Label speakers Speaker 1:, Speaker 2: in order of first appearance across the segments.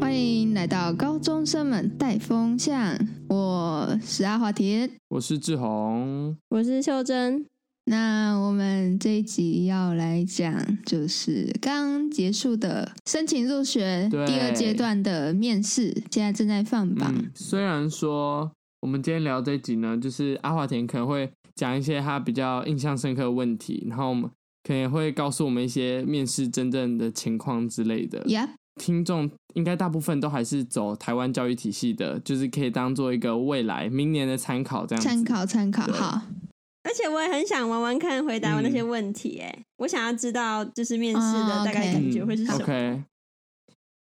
Speaker 1: 欢迎来到高中生们带风向，我是阿华田。
Speaker 2: 我是志宏，
Speaker 3: 我是秀珍，
Speaker 1: 那我们这一集要来讲，就是刚结束的申请入学
Speaker 2: 对
Speaker 1: 第二阶段的面试，现在正在放榜。
Speaker 2: 嗯，虽然说我们今天聊这一集呢，就是阿华田可能会讲一些他比较印象深刻的问题，然后我们可能也会告诉我们一些面试真正的情况之类的。
Speaker 1: Yep，
Speaker 2: 听众应该大部分都还是走台湾教育体系的，就是可以当做一个未来明年的参考这样子。嗯
Speaker 1: 参考参考。
Speaker 2: 对
Speaker 1: 好，
Speaker 3: 而且我也很想玩玩看，回答完那些
Speaker 2: 嗯
Speaker 3: 问题、哎、我想要知道就是面试
Speaker 1: 哦
Speaker 3: 的大
Speaker 1: OK
Speaker 3: 概感觉会是什么。
Speaker 2: 嗯 OK，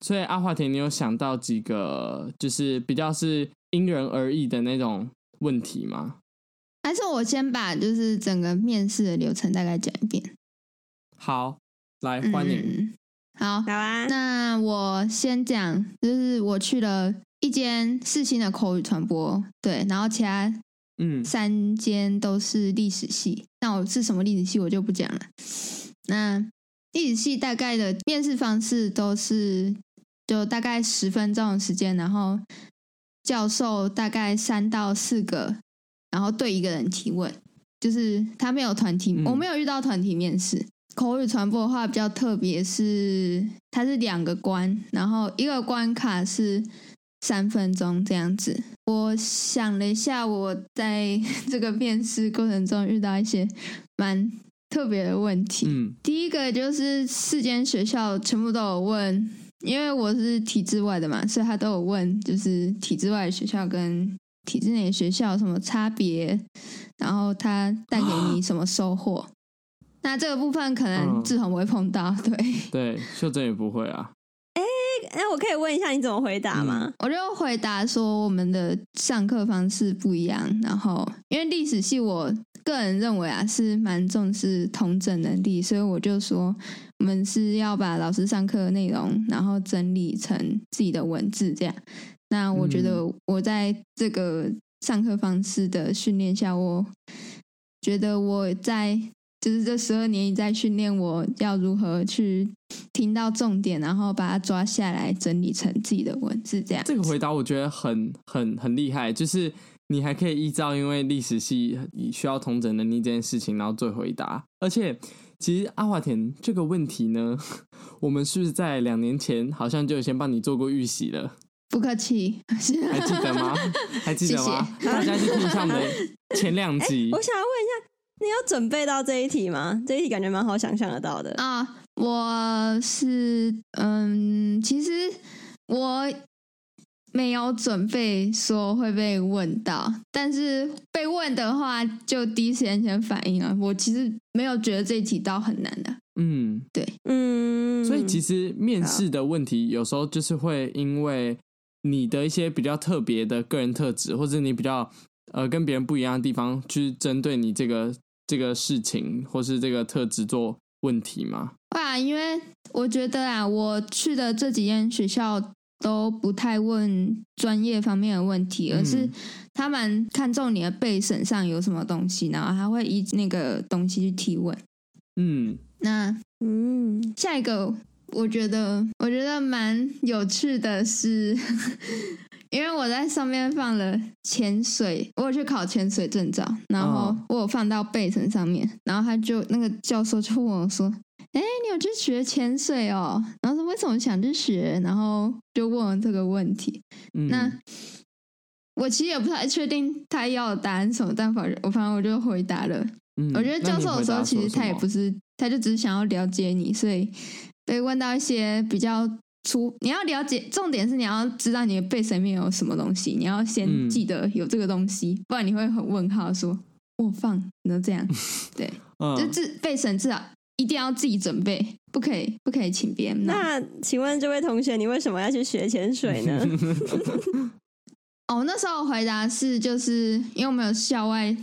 Speaker 2: 所以阿华田，你有想到几个就是比较是因人而异的那种问题吗？
Speaker 1: 还是我先把就是整个面试的流程大概讲一遍。
Speaker 2: 好，来欢迎。
Speaker 1: 嗯、好，
Speaker 3: 好啊，
Speaker 1: 那我先讲，就是我去了一间世新的口语传播，对，然后其他
Speaker 2: 嗯
Speaker 1: 三间都是历史系，那我是什么历史系我就不讲了。那历史系大概的面试方式都是就大概十分钟的时间，然后教授大概三到四个，然后对一个人提问，就是他没有团体，
Speaker 2: 嗯
Speaker 1: 我没有遇到团体面试。口语传播的话比较特别是，它是两个关，然后一个关卡是三分钟这样子。我想了一下，我在 这个面试过程中遇到一些蛮特别的问题。
Speaker 2: 嗯
Speaker 1: 第一个就是四间学校全部都有问，因为我是体制外的嘛，所以他都有问，就是体制外的学校跟体制内的学校有什么差别，然后他带给 你什么收获。那这个部分可能
Speaker 2: 嗯
Speaker 1: 志宏不会碰到，对，
Speaker 2: 对，秀珍也不会啊。
Speaker 3: 那哎我可以问一下你怎么回答吗？
Speaker 1: 我就回答说，我们的上课方式不一样。然后，因为历史系，我个人认为啊是蛮重视统整能力，所以我就说，我们是要把老师上课的内容，然后整理成自己的文字这样。那我觉得我在这个上课方式的训练下，我觉得我在就是这十二年一在训练我要如何去听到重点，然后把它抓下来，整理成自己的文字，这样。
Speaker 2: 这个回答我觉得很很很厉害，就是你还可以依照因为历史系需要同整能力这件事情，然后做回答。而且，其实阿华田这个问题呢， 我们是不是在两年前好像就有先帮你做过预习了，
Speaker 1: 不客气，
Speaker 2: 还记得 吗？还记得吗？大家去听一下我们的前两 集。
Speaker 3: 哎我想要问一下，你有准备到这一题吗？这一题感觉蛮好想象得到的。
Speaker 1: 啊，我是嗯，其实我没有准备说会被问到，但是被问的话就第一时间先反应啊。我其实没有觉得这一题到很难的，
Speaker 2: 嗯，
Speaker 3: 嗯，
Speaker 2: 所以其
Speaker 3: 实
Speaker 2: 实面试的问题有时候就是会因为你的一些比较特别的个人特质，或者你比较呃跟别人不一样的地方，去针对你这个这个事情或是这个特质做问题嘛。
Speaker 1: 哇，啊因为我觉得啊，我去的这几间学校都不太问专业方面的问题，而是
Speaker 2: 嗯
Speaker 1: 他们看中你的备审上有什么东西，然后他会依那个东西去提问。
Speaker 2: 嗯，
Speaker 1: 那
Speaker 3: 嗯，
Speaker 1: 下一个，我觉得我觉得蛮有趣的是， 因为我在上面放了潜水，我有去考潜水证照，然后
Speaker 2: 嗯
Speaker 1: 我有放到背绳上面，然后他就那个教授就问我说：“哎，你有去学潜水哦？”然后说：“为什么想去学？”然后就问我这个问题。
Speaker 2: 嗯
Speaker 1: 那我其实也不太确定他要的答案是什么，但反正我反正我就回答了。
Speaker 2: 嗯
Speaker 1: 我觉得教授有时候其实他也不
Speaker 2: 是
Speaker 1: 是，他就只是想要了解你，所以被问到一些比较粗，你要了解，重点是你要知道你的背身里面有什么东西，你要先
Speaker 2: 嗯
Speaker 1: 记得有这个东西，不然你会很问号说我放，然后这 样，对，就
Speaker 2: 嗯，
Speaker 1: 自背身至少一定要自己准备，不可以不可以请别人拿。
Speaker 3: 那请问这位同学，你为什么要去学潜 水呢？
Speaker 1: 哦，那时候我回答是，就是因为我们有校外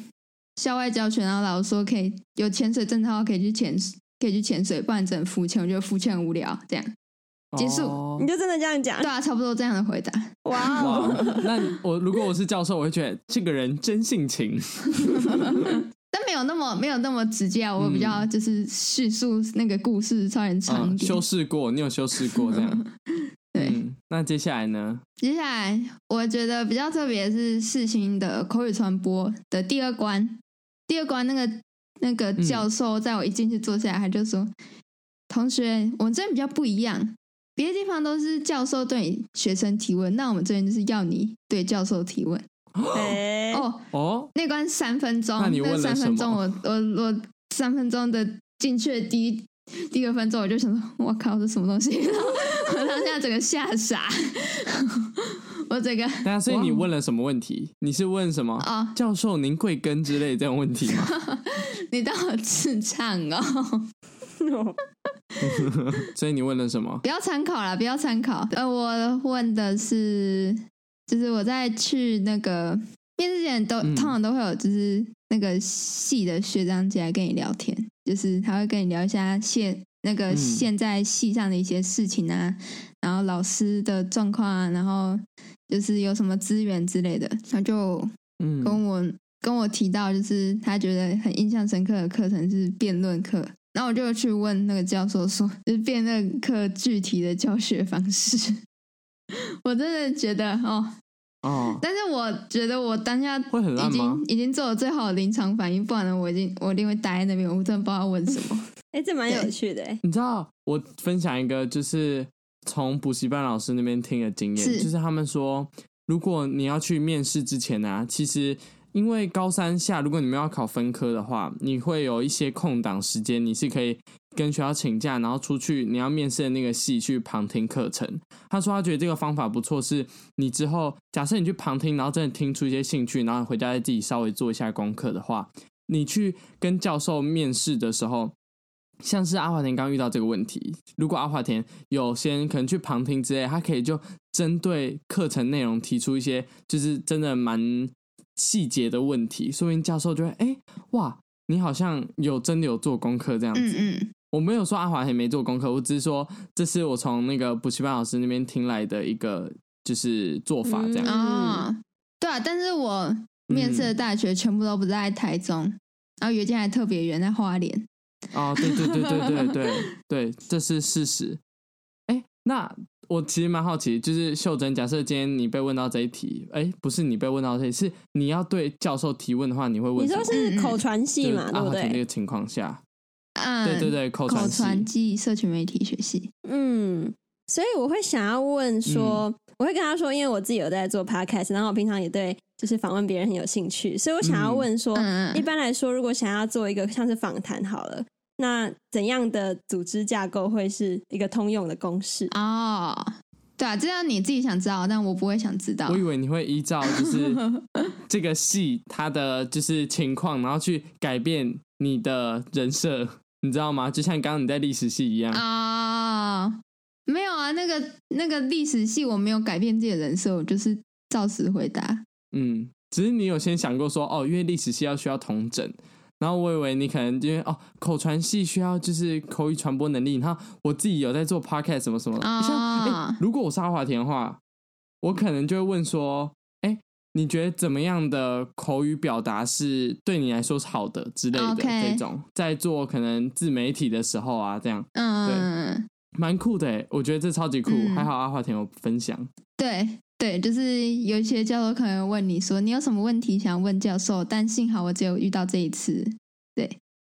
Speaker 1: 校外教学，然后老师说可以有潜水证照可以去潜水，可以去潜水，不然只能浮潜，我觉得浮潜很无聊。这样，结束
Speaker 2: 哦
Speaker 3: 你就真的这样讲
Speaker 1: 对？啊，差不多这样的回答。
Speaker 3: 哇
Speaker 2: 哇
Speaker 3: 哦！，
Speaker 2: 那我如果我是教授，我会觉得这个人真性情。
Speaker 1: 但没有那么没有那么直接啊，我比较就是叙述那个故事稍微长一
Speaker 2: 嗯，
Speaker 1: 点。
Speaker 2: 修饰过，你有修饰过这样。
Speaker 1: 对
Speaker 2: 嗯，那接下来呢？
Speaker 1: 接下来我觉得比较特别的是世新的口语传播的第二关，第二关那个那个教授在我一进去坐下来，他就说：“同学，我们这边比较不一样，别的地方都是教授对学生提问，那我们这边就是要你对教授提问。”
Speaker 3: 哎、
Speaker 1: 哦，
Speaker 2: 哦，
Speaker 1: 那关三分钟，
Speaker 2: 那你问了
Speaker 1: 三
Speaker 2: 什
Speaker 1: 分
Speaker 2: 么
Speaker 1: 钟我，我我三分钟的进去的第一第一个分钟，我就想说，我靠，这什么东西？ 然后我当下整个吓傻， 我整个
Speaker 2: 那所以你问了什么问题？你是问什么？
Speaker 1: 哦，
Speaker 2: 教授，您贵庚之类这种问题吗？
Speaker 1: 你当我智障哦！
Speaker 2: 所以你问了什么？
Speaker 1: 不要参考啦，不要参考。呃，我问的是，就是我在去那个面试前都、
Speaker 2: 嗯
Speaker 1: 通常都会有，就是那个系的学长姐来跟你聊天，就是他会跟你聊一下现那个
Speaker 2: 嗯
Speaker 1: 现在系上的一些事情啊，然后老师的状况啊，然后就是有什么资源之类的，他就
Speaker 2: 嗯，
Speaker 1: 跟我、跟我提到，就是他觉得很印象深刻的课程是辩论课，然后我就去问那个教授说，就是辩论课具体的教学方式。 我真的觉得哦，
Speaker 2: 哦，
Speaker 1: 但是我觉得我当下
Speaker 2: 会很
Speaker 1: 已
Speaker 2: 烂吗
Speaker 1: 经？已经做了最好的临场反应，不然呢，我已经我一定会待在那边，我真的不知道问什么。
Speaker 3: 哎，这蛮有趣的哎、
Speaker 2: 你知道我分享一个，就是从补习班老师那边听的经验，
Speaker 1: 是
Speaker 2: 就是他们说，如果你要去面试之前啊，其实因为高三下，如果你们要考分科的话，你会有一些空档时间，你是可以跟学校请假，然后出去你要面试的那个系去旁听课程。他说他觉得这个方法不错，是你之后假设你去旁听，然后真的听出一些兴趣，然后回家再自己稍微做一下功课的话，你去跟教授面试的时候，像是阿华田刚遇到这个问题，如果阿华田有些人可能去旁听之类，他可以就针对课程内容提出一些，就是真的蛮细节的问题，说明教授就会哎、诶哇，你好像有真的有做功课这样子。
Speaker 1: 嗯嗯，
Speaker 2: 我没有说阿华田没做功课，我只是说这是我从那个补习班老师那边听来的一个就是做法这样。
Speaker 3: 嗯
Speaker 1: 哦，对啊，但是我面试
Speaker 2: 嗯
Speaker 1: 的大学全部都不在台中，然后有一间还特别远，在花莲。
Speaker 2: 哦，对对对对对对对，这是事实。哎，那我其实蛮好奇，就是秀珍，假设今天你被问到这一题，哎，不是你被问到这一题，是你要对教授提问的话，你会问
Speaker 3: 你
Speaker 2: 什么？
Speaker 3: 说是口传系
Speaker 2: 就是
Speaker 3: 嘛，对
Speaker 2: 阿
Speaker 3: 不
Speaker 2: 华田那
Speaker 3: 对？
Speaker 2: 个情况下，
Speaker 1: 嗯，
Speaker 2: 对对对，口
Speaker 1: 口
Speaker 2: 传系
Speaker 1: 传暨社群媒体学系。
Speaker 3: 嗯，所以我会想要问说，
Speaker 1: 嗯
Speaker 3: 我会跟他说，因为我自己有在做 podcast，然后我平常也对就是访问别人很有兴趣，所以我想要问说，
Speaker 1: 嗯
Speaker 3: 一般来说，如果想要做一个像是访谈好了，那怎样的组织架构会是一个通用的公式？
Speaker 1: 哦，对啊，这样你自己想知道，但我不会想知道。
Speaker 2: 我以为你会依照就是 这个戏它的就是情况，然后去改变你的人设，你知道吗？就像刚刚你在历史系一样，
Speaker 1: 啊、没有啊，那个那个历史系我没有改变自己的人设，我就是照实回答。
Speaker 2: 嗯，只是你有先想过说，哦，因为历史系要需要同整，然后我以为你可能因为哦口传系需要就是口语传播能力，然后我自己有在做 podcast 什么什么，
Speaker 1: 啊
Speaker 2: 像诶如果我是阿华田的话，我可能就会问说，哎，你觉得怎么样的口语表达是对你来说是好的之类的
Speaker 1: 啊 OK
Speaker 2: 这种，在做可能自媒体的时候啊，这样
Speaker 1: 嗯，
Speaker 2: 蛮酷的诶，我觉得这超级酷，
Speaker 1: 嗯
Speaker 2: 还好阿华田有分享，
Speaker 1: 对对，就是有一些教授可能会问你说你有什么问题想问教授，但幸好我只有遇到这一次。对，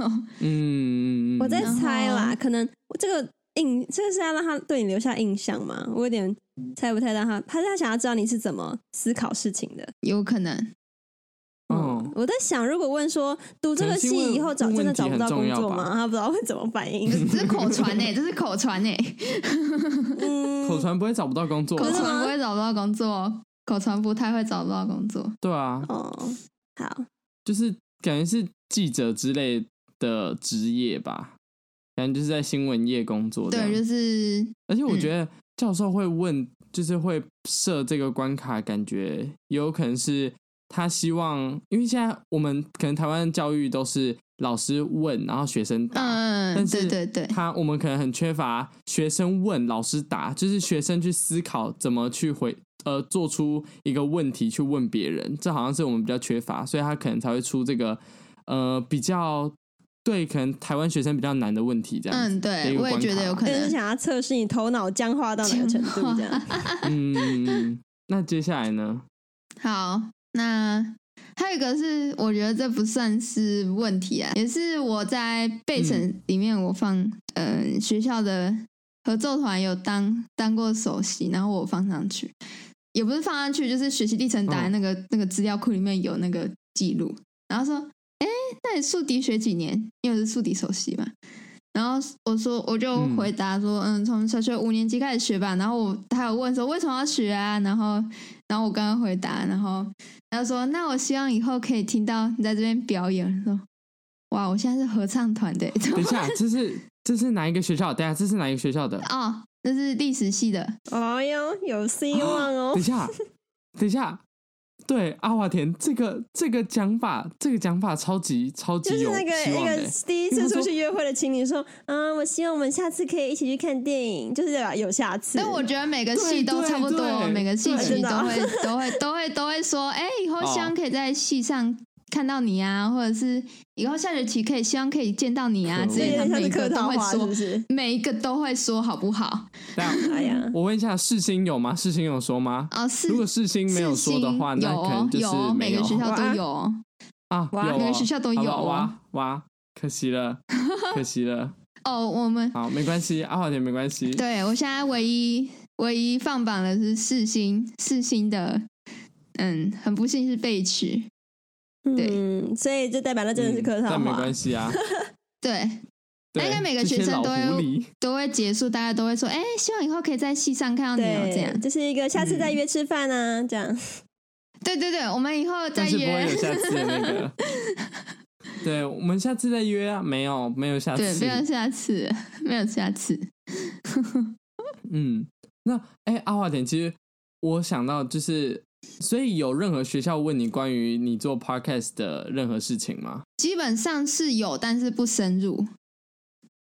Speaker 2: 嗯，嗯嗯
Speaker 3: 我在
Speaker 2: 嗯
Speaker 3: 猜啦
Speaker 1: 然后，
Speaker 3: 可能这个印，这个是要让他对你留下印象吗？我有点
Speaker 1: 嗯
Speaker 3: 猜不太到他，他是他想要知道你是怎么思考事情的。
Speaker 1: 有可能。
Speaker 2: 嗯，
Speaker 3: 哦我在想，如果问说读这
Speaker 2: 可
Speaker 3: 个
Speaker 2: 能是因
Speaker 3: 戏
Speaker 2: 为
Speaker 3: 以后找
Speaker 2: 问
Speaker 3: 真的
Speaker 2: 问题
Speaker 3: 找不到
Speaker 2: 很重
Speaker 3: 工
Speaker 2: 要
Speaker 3: 作
Speaker 2: 吧
Speaker 3: 吗？他不知道会怎么反应。
Speaker 1: 这是口传呢、这是口传呢、
Speaker 3: 嗯，
Speaker 2: 口传不会找不到工作吧，
Speaker 1: 口
Speaker 3: 真的
Speaker 1: 传
Speaker 3: 吗
Speaker 1: 不会找不到工作，哦口传不太会找不到工作。
Speaker 2: 对啊，
Speaker 3: 哦，好，
Speaker 2: 就是感觉是记者之类的职业吧，感觉就是在新闻业工作这样。
Speaker 1: 对，就是嗯
Speaker 2: 而且我觉得教授会问，就是会设这个关卡，感觉也有可能是他希望，因为现在我们可能台湾教育都是老师问，然后学生答。
Speaker 1: 嗯，
Speaker 2: 啊但
Speaker 1: 嗯，
Speaker 2: 是
Speaker 1: 对对对，
Speaker 2: 他我们可能很缺乏学生问老师答，就是学生去思考怎么去回呃做出一个问题去问别人，这好像是我们比较缺乏，所以他可能才会出这个呃比较对可能台湾学生比较难的问题这样子。
Speaker 1: 嗯，
Speaker 2: 给
Speaker 1: 对，
Speaker 2: 予
Speaker 1: 我也
Speaker 2: 观
Speaker 1: 觉
Speaker 2: 察
Speaker 1: 得有可
Speaker 3: 就是
Speaker 1: 能。
Speaker 3: 想要测试你头脑僵化到哪个程度这样。
Speaker 2: 嗯嗯，嗯那接下来呢？
Speaker 1: 好，那还有一个是，我觉得这不算是问题啊，也是我在
Speaker 2: 嗯
Speaker 1: 备审里面我放，嗯、学校的合奏团有当当过首席，然后我放上去，也不是放上去，就是学习历程档案
Speaker 2: 嗯
Speaker 1: 那个、那个资料库里面有那个记录，然后说，哎，那你宿敌学几年？因为我是宿敌首席嘛。然后我说，我就
Speaker 2: 嗯
Speaker 1: 回答说，嗯，从小学五年级开始学吧。然后我他有问说为什么要学啊？然后然后我刚刚回答，然后他说：“那我希望以后可以听到你在这边表演。”说：“哇，我现在是合唱团的，怎
Speaker 2: 等
Speaker 1: 么
Speaker 2: 一下，这是这是哪一个学校？等一下，这是哪一个学校的？
Speaker 1: 哦，那是历史系的，
Speaker 3: 哦哟，有希望哦
Speaker 2: 等一。下，等一下，对阿华田这个这个讲法，这个讲法超级超级
Speaker 3: 就是
Speaker 2: 有
Speaker 3: 那个
Speaker 2: 希
Speaker 3: 那
Speaker 2: 望的
Speaker 3: 个
Speaker 2: 欸。
Speaker 3: 第一次出
Speaker 2: 因为他说
Speaker 3: 去约会的情侣说，嗯，我希望我们下次可以一起去看电影，就是有下次。
Speaker 1: 但我觉得每个系
Speaker 2: 对
Speaker 1: 都
Speaker 2: 对
Speaker 1: 差不多，
Speaker 2: 对
Speaker 1: 每个系
Speaker 2: 对
Speaker 1: 其实
Speaker 3: 真的
Speaker 1: 都
Speaker 3: 啊
Speaker 1: 会都会都会都会说，哎，以后
Speaker 2: 哦
Speaker 1: 希望可以在系上看到你啊，或者是以后下学期可以希望可以见到你啊，
Speaker 2: 可恶
Speaker 1: 之
Speaker 3: 这有
Speaker 1: 类的，
Speaker 3: 点像
Speaker 1: 每
Speaker 3: 是
Speaker 1: 一
Speaker 3: 客
Speaker 1: 个都
Speaker 3: 套
Speaker 1: 会
Speaker 3: 话，是不
Speaker 1: 说，
Speaker 3: 是？
Speaker 1: 每一个都会说，好不好？
Speaker 2: 等一下
Speaker 3: 哎呀，
Speaker 2: 我问一下，世新有吗？世新有说吗？
Speaker 1: 哦，是
Speaker 2: 如。果世新没有
Speaker 1: 是
Speaker 2: 说的话，
Speaker 1: 新
Speaker 2: 那
Speaker 1: 有
Speaker 2: 可能
Speaker 1: 哦
Speaker 2: 就
Speaker 1: 有
Speaker 2: 是
Speaker 1: 哦，每
Speaker 2: 没有
Speaker 1: 个学校都
Speaker 3: 哇
Speaker 1: 有哦，
Speaker 2: 啊，有
Speaker 3: 哇
Speaker 2: 哦
Speaker 1: 每个学校都
Speaker 2: 好吧
Speaker 1: 有哦
Speaker 2: 哇哇，可 惜了，可惜了。
Speaker 1: 哦，我们
Speaker 2: 好，没关系，阿华田没关系。
Speaker 1: 对我现在唯一唯一放榜的是四星，四星的，嗯，很不幸是被取。对
Speaker 3: 嗯，所以就代表那真的
Speaker 2: 嗯
Speaker 3: 是客套
Speaker 2: 但没
Speaker 3: 话
Speaker 2: 关。系 啊。
Speaker 1: 对，
Speaker 2: 对
Speaker 1: 应该每个
Speaker 2: 这
Speaker 1: 学
Speaker 2: 些
Speaker 1: 生
Speaker 2: 老
Speaker 1: 都
Speaker 2: 狐
Speaker 1: 有
Speaker 2: 狸
Speaker 1: 都会结束，大家都会说，哎、希望以后可以在戏上看到你哦，这样
Speaker 3: 对，。就是一个下次
Speaker 2: 嗯
Speaker 3: 再约吃饭啊，这样。
Speaker 1: 对对对，我们以后再
Speaker 2: 但是不会
Speaker 1: 约
Speaker 2: 有。下次的 那个。对，我们下次再约啊，没有，没有下
Speaker 1: 对，
Speaker 2: 次
Speaker 1: 没。有下次，没有下次。
Speaker 2: 嗯，那哎、阿华田，其实我想到就是，所以有任何学校问你关于你做 podcast 的任何事情吗？
Speaker 1: 基本上是有，但是不深入。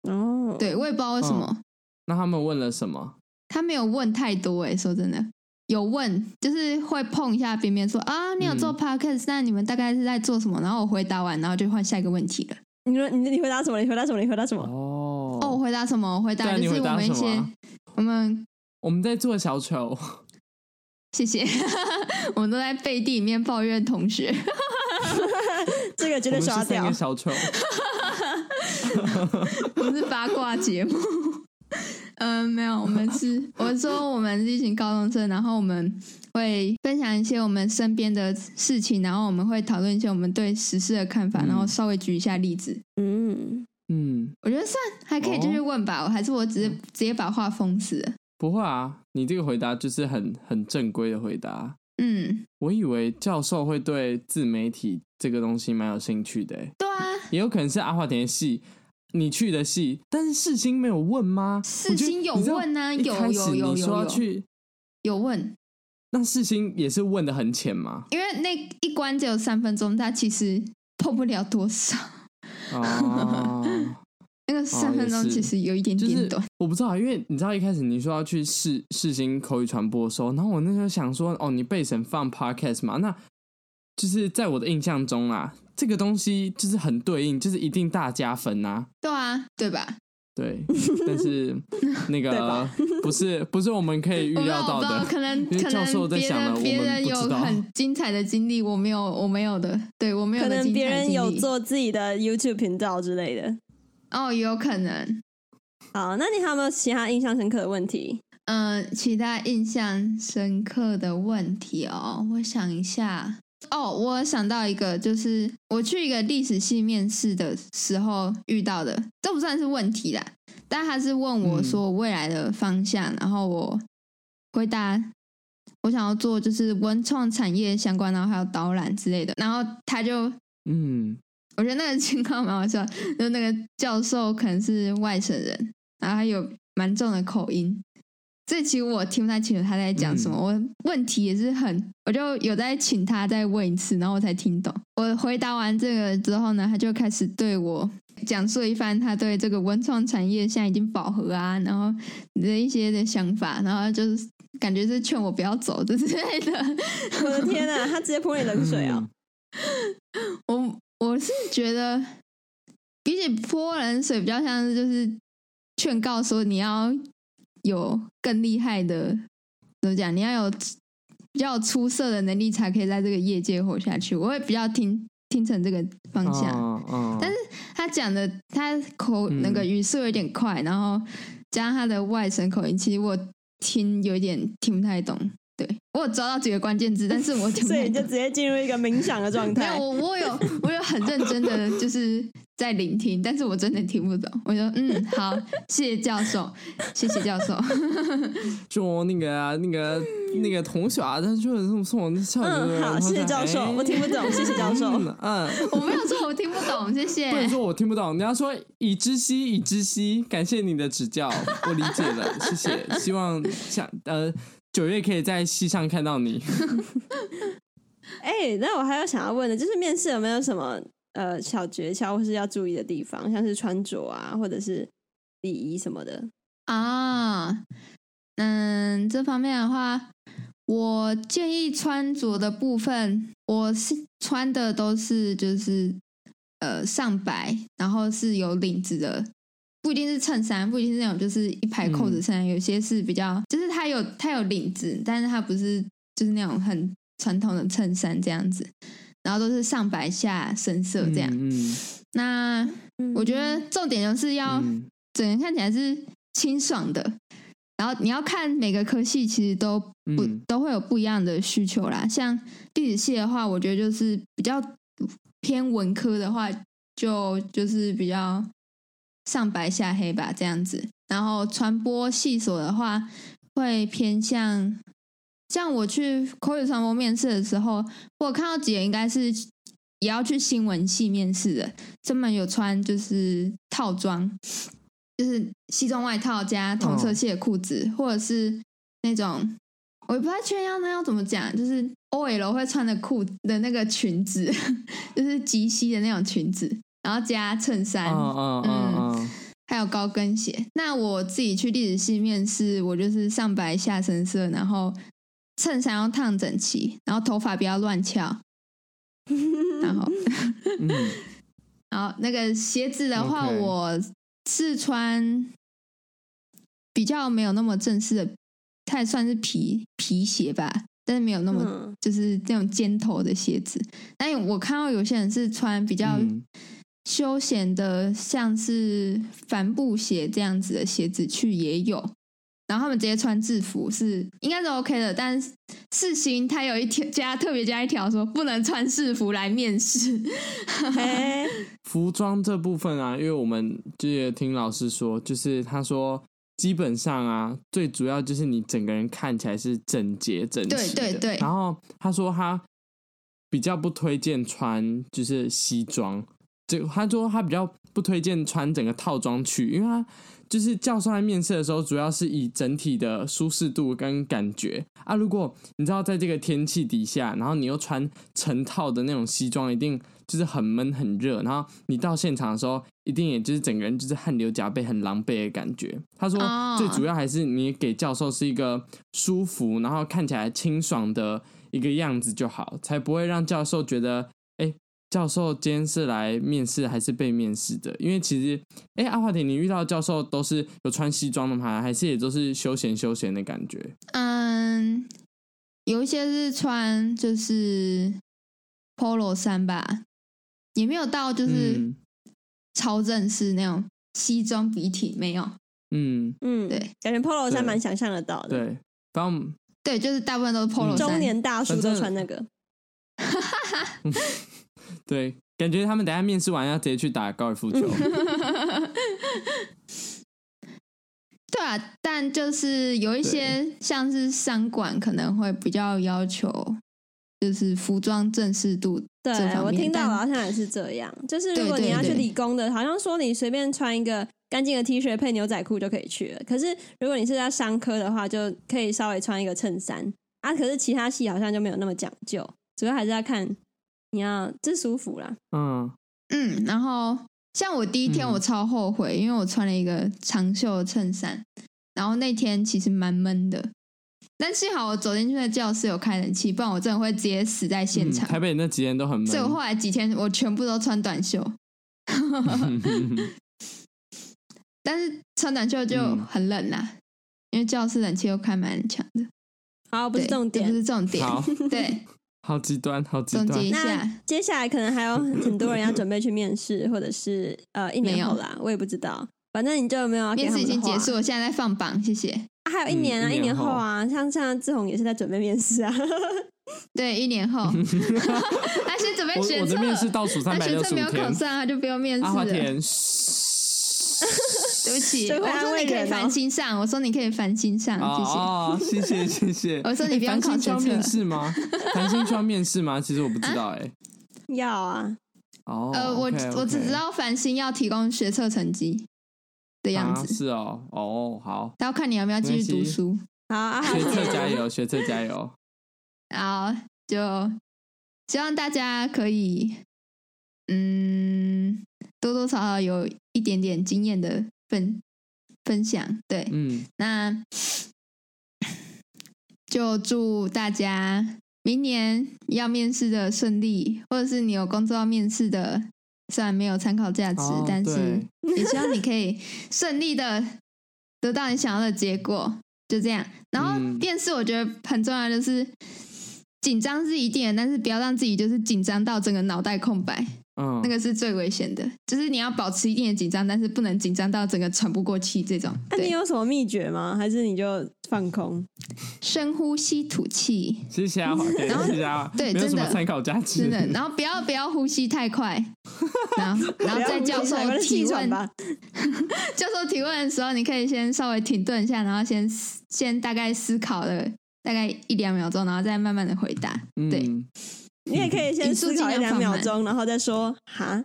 Speaker 3: 哦，
Speaker 1: 对，我也不知道为什么、
Speaker 2: 嗯那他们问了什么？
Speaker 1: 他没有问太多、哎，说真的，有问就是会碰一下边边说啊，你有做
Speaker 2: 嗯
Speaker 1: podcast，、那你们大概是在做什么？然后我回答完，然后就换下一个问题了。
Speaker 3: 你说你你回答什么？你回答什么？你回答什么？
Speaker 2: 哦
Speaker 1: 哦，我回答什么？我回
Speaker 2: 对
Speaker 1: 答
Speaker 2: 啊
Speaker 1: 就
Speaker 2: 你
Speaker 1: 是
Speaker 2: 回
Speaker 1: 我
Speaker 2: 答
Speaker 1: 们一
Speaker 2: 什么
Speaker 1: 些
Speaker 2: 啊
Speaker 1: 我们
Speaker 2: 我们在做 小丑，
Speaker 1: 谢谢， 我们都在背地里面抱怨同学。
Speaker 3: 这个绝
Speaker 2: 我
Speaker 3: 对
Speaker 2: 们
Speaker 3: 刷
Speaker 2: 是三
Speaker 3: 掉
Speaker 2: 个。小丑。
Speaker 1: 我们是八卦节目。 嗯，没有，我们是我说我们是一群高中生，然后我们会分享一些我们身边的事情，然后我们会讨论一些我们对时事的看法，
Speaker 2: 嗯
Speaker 1: 然后稍微举一下例子。
Speaker 3: 嗯，
Speaker 2: 嗯，
Speaker 1: 我觉得算还可以继续问吧，我还是我直接直接把话封死了。
Speaker 2: 不会啊，你这个回答就是很很正规的回答。
Speaker 1: 嗯，
Speaker 2: 我以为教授会对自媒体这个东西蛮有兴趣的欸、
Speaker 1: 对啊，
Speaker 2: 也有可能是阿华田的戏，你去的戏，但是世新没有问吗？
Speaker 1: 世新有问啊
Speaker 2: 我觉得你知
Speaker 1: 有
Speaker 2: 道一开始
Speaker 1: 有有
Speaker 2: 你
Speaker 1: 有
Speaker 2: 说要
Speaker 1: 有
Speaker 2: 去，
Speaker 1: 有问，
Speaker 2: 那世新也是问的很浅嘛。
Speaker 1: 因为那一关只有三分钟，它其实碰不了多少。
Speaker 2: 哦，
Speaker 1: 那个三分
Speaker 2: 哦
Speaker 1: 钟
Speaker 2: 也是
Speaker 1: 其实有一点
Speaker 2: 就
Speaker 1: 点
Speaker 2: 是
Speaker 1: 短。
Speaker 2: 我不知道，因为你知道一开始你说要去世世新口语传播的时候，然后我那时候想说，哦，你被神放 podcast 嘛，那就是在我的印象中啊，这个东西就是很对应，就是一定大加分啊。
Speaker 1: 对啊，对吧？
Speaker 2: 对，但是那
Speaker 3: 对
Speaker 2: 个
Speaker 3: 吧
Speaker 2: 不是不是我们可以预
Speaker 1: 我不知道
Speaker 2: 料
Speaker 1: 我
Speaker 2: 到
Speaker 1: 不知道
Speaker 2: 的，
Speaker 1: 可能
Speaker 2: 因为
Speaker 1: 可
Speaker 2: 教授
Speaker 1: 能
Speaker 2: 在
Speaker 1: 别
Speaker 2: 想了，我
Speaker 1: 人别
Speaker 2: 们
Speaker 1: 人
Speaker 2: 不
Speaker 1: 有
Speaker 2: 知道。
Speaker 1: 很精彩的经历，我没有我没有的，对我没有
Speaker 3: 可
Speaker 1: 的
Speaker 3: 能
Speaker 1: 精
Speaker 3: 别
Speaker 1: 彩的
Speaker 3: 人
Speaker 1: 经
Speaker 3: 有
Speaker 1: 历
Speaker 3: 做自己的 YouTube 频道之类的。
Speaker 1: 哦，有可能。
Speaker 3: 好，那你还有没有其他印象深刻的问题？
Speaker 1: 嗯、其他印象深刻的问题哦，我想一下。哦，我想到一个，就是我去一个历史系面试的时候遇到的，这不算是问题啦，但他是问我
Speaker 2: 嗯
Speaker 1: 说我未来的方向，然后我回答我想要做就是文创产业相关，然后还有导览之类的，然后他就
Speaker 2: 嗯，
Speaker 1: 我觉得那个情况蛮好笑，就那个教授可能是外省人，然后他有蛮重的口音，所以其实我听不太清楚他在讲什么。我问题也是很，我就有在请他再问一次，然后我才听懂。我回答完这个之后呢，他就开始对我讲述一番他对这个文创产业现在已经饱和啊，然后你的一些的想法，然后就是感觉是劝我不要走这之类的。
Speaker 3: 哦
Speaker 2: 嗯
Speaker 3: 我的天呐，他直接泼你冷水啊！
Speaker 1: 我我是觉得，比起泼冷水，比较像是就是劝告说你要有更厉害的，怎么讲？你要有比较有出色的能力，才可以在这个业界活下去。我会比较听听成这个方向。
Speaker 2: 嗯嗯，
Speaker 1: 但是他讲的他口
Speaker 2: 嗯
Speaker 1: 那个语速有点快，然后加上他的外省口音，其实我听有点听不太懂。对我有抓到几个关键字，但是我听不
Speaker 3: 所以
Speaker 1: 太
Speaker 3: 你就
Speaker 1: 懂
Speaker 3: 直。接进入一个冥想的状
Speaker 1: 嗯没
Speaker 3: 态
Speaker 1: 有，。我我有我有很认真的就是在聆听，但是我真的听不懂。我就嗯，好，谢谢教授，谢谢教授。
Speaker 2: 就那个啊那个那个同学啊，他就送送我那校
Speaker 3: 嗯，好，谢谢教授，我听不懂，谢谢教授。
Speaker 2: 哎嗯嗯，
Speaker 1: 我没有说我听不懂，谢谢
Speaker 2: 不。能说我听不懂，你要说已知悉，已知悉，感谢你的指教，我理解了，谢谢。希望下呃九月可以在戏上看到你。
Speaker 3: 哎、那我还有想要问的，就是面试有没有什么呃小诀窍或是要注意的地方，像是穿着啊，或者是礼仪什么的？
Speaker 1: 啊，嗯，这方面的话，我建议穿着的部分，我是穿的都是就是呃上白，然后是有领子的，不一定是衬衫，不一定是那种就是一排扣子
Speaker 2: 嗯
Speaker 1: 衬衫，有些是比较就是它有它有领子，但是它不是就是那种很传统的衬衫这样子，然后都是上白下深色 这样。
Speaker 2: 嗯，
Speaker 1: 那我觉得重点就是要。
Speaker 2: 嗯
Speaker 1: 整个看起来是清爽的。然后你要看每个科系，其实都不、
Speaker 2: 嗯
Speaker 1: 都会有不一样的需求啦。像历史系的话，我觉得就是比较偏文科的话，就就是比较上白下黑吧这样子。然后传播系所的话，会偏向像我去口语传播面试的时候，我有看到几个应该是也要去新闻系面试的，专门有穿就是套装，就是西装外套加同色系的裤子，或者是那种我也不太确定要那要怎么讲，就是 OL 会穿的裤的那个裙子， 就是及膝的那种裙子，然后加衬衫，
Speaker 2: 嗯嗯嗯嗯，
Speaker 1: 还有高跟鞋。那我自己去历史系面试，我就是上白下深色，然后衬衫要烫整齐，然后头发不要乱翘，然后
Speaker 2: 嗯，
Speaker 1: 然后那个鞋子的话，
Speaker 2: OK
Speaker 1: 我是穿比较没有那么正式的，它也算是皮皮鞋吧，但是没有那么、
Speaker 3: 嗯
Speaker 1: 就是那种尖头的鞋子。但我看到有些人是穿比较
Speaker 2: 嗯
Speaker 1: 休闲的，像是帆布鞋这样子的鞋子去也有。然后他们直接穿制服是应该是 OK 的，但是世新它有一条加特别加一条说不能穿制服来面试，
Speaker 3: 哎、
Speaker 2: 服装这部分啊，因为我们就也听老师说，就是他说基本上啊，最主要就是你整个人看起来是整洁整齐的。
Speaker 1: 对对对
Speaker 2: 然后他说他比较不推荐穿就是西装，这他说他比较不推荐穿整个套装去，因为他就是教授在面试的时候，主要是以整体的舒适度跟感觉啊。如果你知道在这个天气底下，然后你又穿成套的那种西装，一定就是很闷很热，然后你到现场的时候，一定也就是整个人就是汗流浃背，很狼狈的感觉。他说
Speaker 1: 哦
Speaker 2: 最主要还是你给教授是一个舒服，然后看起来清爽的一个样子就好，才不会让教授觉得教授今天是来面试还是被面试的？因为其实，哎、阿华田，你遇到的教授都是有穿西装的吗？还是也都是休闲休闲的感觉？
Speaker 1: 嗯，有一些是穿就是 polo 衫吧，也没有到就是
Speaker 2: 嗯
Speaker 1: 超正式那种西装笔挺，没有。
Speaker 2: 嗯，
Speaker 3: 嗯，
Speaker 1: 对，
Speaker 3: 感觉 polo 衫
Speaker 2: 对
Speaker 3: 蛮想象得到的。
Speaker 2: 对，反正我们
Speaker 1: 对，就是大部分都是 polo 衫。
Speaker 2: 嗯
Speaker 3: 中年大叔
Speaker 2: 反
Speaker 3: 都
Speaker 2: 正
Speaker 3: 穿那个，
Speaker 2: 对，感觉他们等一下面试完要直接去打高尔夫球。
Speaker 1: 对啊，但就是有一些像是商管可能会比较要求，就是服装正式度
Speaker 3: 对
Speaker 1: 这方
Speaker 3: 我
Speaker 1: 面
Speaker 3: 听到
Speaker 1: 但
Speaker 3: 了，好像也是这样。就是如
Speaker 1: 对
Speaker 3: 果你
Speaker 1: 对
Speaker 3: 要去
Speaker 1: 对
Speaker 3: 理工的，好像说你随便穿一个干净的 T 恤配牛仔裤就可以去了。可是如果你是在商科的话，就可以稍微穿一个衬衫啊。可是其他系好像就没有那么讲究，主要还是要看你要这舒服啦。
Speaker 2: 嗯，
Speaker 1: 嗯，然后像我第一天
Speaker 2: 嗯
Speaker 1: 我超后悔，因为我穿了一个长袖衬衫，然后那天其实蛮闷的，但幸好我走进去的教室有开冷气，不然我真的会直接死在现场。
Speaker 2: 嗯台北那几天都很闷
Speaker 1: 所以，我后来几天我全部都穿短袖，但是穿短袖就
Speaker 2: 嗯
Speaker 1: 很冷啦、因为教室冷气又开蛮强的。
Speaker 3: 好，不
Speaker 1: 对
Speaker 3: 是
Speaker 1: 这
Speaker 3: 重
Speaker 1: 不
Speaker 3: 点。
Speaker 1: 是重点。
Speaker 2: 好
Speaker 1: 对，
Speaker 2: 好极端，好极
Speaker 1: 总
Speaker 2: 端
Speaker 1: 结。一
Speaker 3: 那
Speaker 1: 下，
Speaker 3: 接下来可能还有很多人要准备去面试，或者是呃一
Speaker 1: 没
Speaker 3: 年
Speaker 1: 有
Speaker 3: 后啦，我也不知道。反正你就没有要给
Speaker 1: 面
Speaker 3: 他
Speaker 1: 试已
Speaker 3: 们
Speaker 1: 经
Speaker 3: 的话
Speaker 1: 结束了，现在在放榜，谢谢。
Speaker 3: 啊还有一
Speaker 2: 嗯
Speaker 3: 年啊，
Speaker 2: 一
Speaker 3: 一
Speaker 2: 年
Speaker 3: 年后
Speaker 2: 后
Speaker 3: 啊，像像志宏也是在准备面试啊。
Speaker 1: 对，一年 后，他先准备
Speaker 2: 我
Speaker 1: 学
Speaker 2: 我的面试
Speaker 1: 测，
Speaker 2: 倒数
Speaker 1: 他
Speaker 2: 三百
Speaker 1: 学
Speaker 2: 六
Speaker 1: 测
Speaker 2: 十五
Speaker 1: 没有考
Speaker 2: 天，
Speaker 1: 上，他就不用面试
Speaker 2: 阿华
Speaker 1: 了。
Speaker 2: 田，
Speaker 1: 对不 起，
Speaker 3: 这会
Speaker 1: 我
Speaker 3: 安
Speaker 1: 说
Speaker 3: 慰
Speaker 1: 你可以
Speaker 3: 人哦
Speaker 1: 烦心上，我说你可以烦心上，谢啊谢。
Speaker 2: 哦，谢谢谢谢。
Speaker 1: 我说你不
Speaker 2: 哎
Speaker 1: 用
Speaker 2: 繁
Speaker 1: 考
Speaker 2: 星
Speaker 1: 学
Speaker 2: 需要
Speaker 1: 测
Speaker 2: 面试吗？ 繁星需要面试吗？其实我不知道哎、
Speaker 3: 要啊，
Speaker 2: 哦，
Speaker 1: 呃，我
Speaker 2: OK，OK
Speaker 1: 我只知道繁星要提供学测成绩的样
Speaker 2: 啊
Speaker 1: 子，
Speaker 2: 是哦，哦好，
Speaker 1: 他要看你要不要继续读书。
Speaker 3: 好啊，
Speaker 2: 学
Speaker 3: 好
Speaker 2: 测加油， 学测 加油。
Speaker 1: 然后就希望大家可以，嗯，多多少少有一点点经验的分分享。对，
Speaker 2: 嗯，
Speaker 1: 那就祝大家明年要面试的顺利，或者是你有工作要面试的，虽然没有参考价值，
Speaker 2: 哦
Speaker 1: 但是
Speaker 2: 对
Speaker 1: 也希望你可以顺利的得到你想要的结果。就这样，然后
Speaker 2: 嗯
Speaker 1: 面试我觉得很重要，就是紧张是一定的，但是不要让自己就是紧张到整个脑袋空白，
Speaker 2: 嗯，
Speaker 1: 那个是最危险的。就是你要保持一定的紧张，但是不能紧张到整个喘不过气这种。
Speaker 3: 那
Speaker 1: 对
Speaker 3: 你有什么秘诀吗？还是你就放空？
Speaker 1: 深呼吸吐气，
Speaker 2: 谢谢 阿华田，
Speaker 1: 然后
Speaker 2: 谢谢阿，
Speaker 1: 对
Speaker 2: 没有什
Speaker 1: 真
Speaker 2: 么
Speaker 1: 的
Speaker 2: 参考价值，
Speaker 1: 真的。然后不要不要呼吸太 快，然后然后
Speaker 3: 不要
Speaker 1: 在
Speaker 3: 呼吸
Speaker 1: 教授
Speaker 3: 太快是
Speaker 1: 提
Speaker 3: 气喘
Speaker 1: 问
Speaker 3: 吧，
Speaker 1: 教授提问的时候，你可以先稍微停顿一下，然后先思先大概思考了大概一两秒钟，然后再慢慢的回答。
Speaker 3: 啊
Speaker 2: 嗯
Speaker 1: 对，
Speaker 3: 你也可以先
Speaker 1: 引述
Speaker 3: 思考
Speaker 1: 尽
Speaker 3: 一
Speaker 1: 量
Speaker 3: 两
Speaker 1: 放
Speaker 3: 秒
Speaker 1: 慢
Speaker 3: 钟，然后再说哈，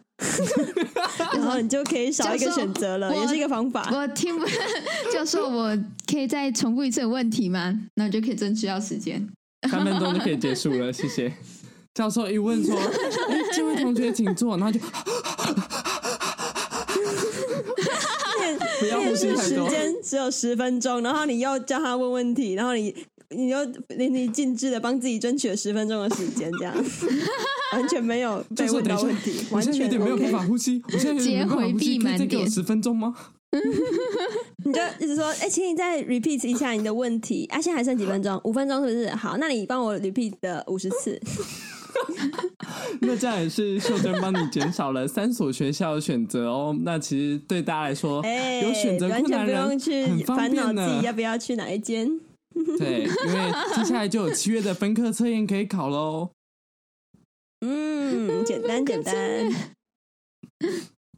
Speaker 3: 然后你就可以少一个
Speaker 1: 教授
Speaker 3: 选择了，
Speaker 1: 我
Speaker 3: 也是一个方法。
Speaker 1: 我听不， 教授，我可以再重复一次问题吗？那我就可以争取到时间。
Speaker 2: 三分钟就可以结束了，谢谢。教授 一问说：“哎、这位同学请坐。”然后就 不要呼
Speaker 3: 面
Speaker 2: 吸
Speaker 3: 试
Speaker 2: 太
Speaker 3: 时
Speaker 2: 多。
Speaker 3: 间只有十分钟，然后你又叫他问问题，然后你你又你你尽致的帮自己争取了十分钟的时间，这样 完全没有
Speaker 2: 教
Speaker 3: 被
Speaker 2: 授
Speaker 3: 问
Speaker 2: 等一
Speaker 3: 到
Speaker 2: 下
Speaker 3: 问题，
Speaker 2: 我
Speaker 3: 完
Speaker 2: 现在有
Speaker 3: 全
Speaker 2: 点没有办
Speaker 3: OK。
Speaker 2: 法呼吸，我现在有点没有办法呼
Speaker 1: 皆回
Speaker 2: 吸，
Speaker 1: 避
Speaker 2: 可以再给我
Speaker 1: 满点
Speaker 2: 十分钟吗？
Speaker 3: 你就一直说，哎、请你再 repeat 一下你的问题啊！现在还剩几分钟？五分钟是不是？好，那你帮我 repeat 的五十 次。
Speaker 2: 那这样也是秀珍帮你减少了三所学校的选择哦。那其实对大家来说，
Speaker 3: 哎、
Speaker 2: 有选择
Speaker 3: 完
Speaker 2: 困
Speaker 3: 全
Speaker 2: 难
Speaker 3: 不用
Speaker 2: 人
Speaker 3: 去
Speaker 2: 很方
Speaker 3: 烦恼
Speaker 2: 便
Speaker 3: 自
Speaker 2: 呢
Speaker 3: 己。要啊不要去哪一间。
Speaker 2: 对，因为接下来就有七月的分科测验可以考喽。
Speaker 3: 嗯，简单简单。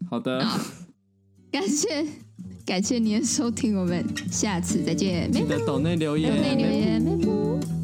Speaker 2: 好的，
Speaker 1: 好感谢感谢您的收听，我们下次再见，拜
Speaker 2: 记
Speaker 1: 拜
Speaker 2: 得。抖内留言，
Speaker 1: 内留言，拜拜。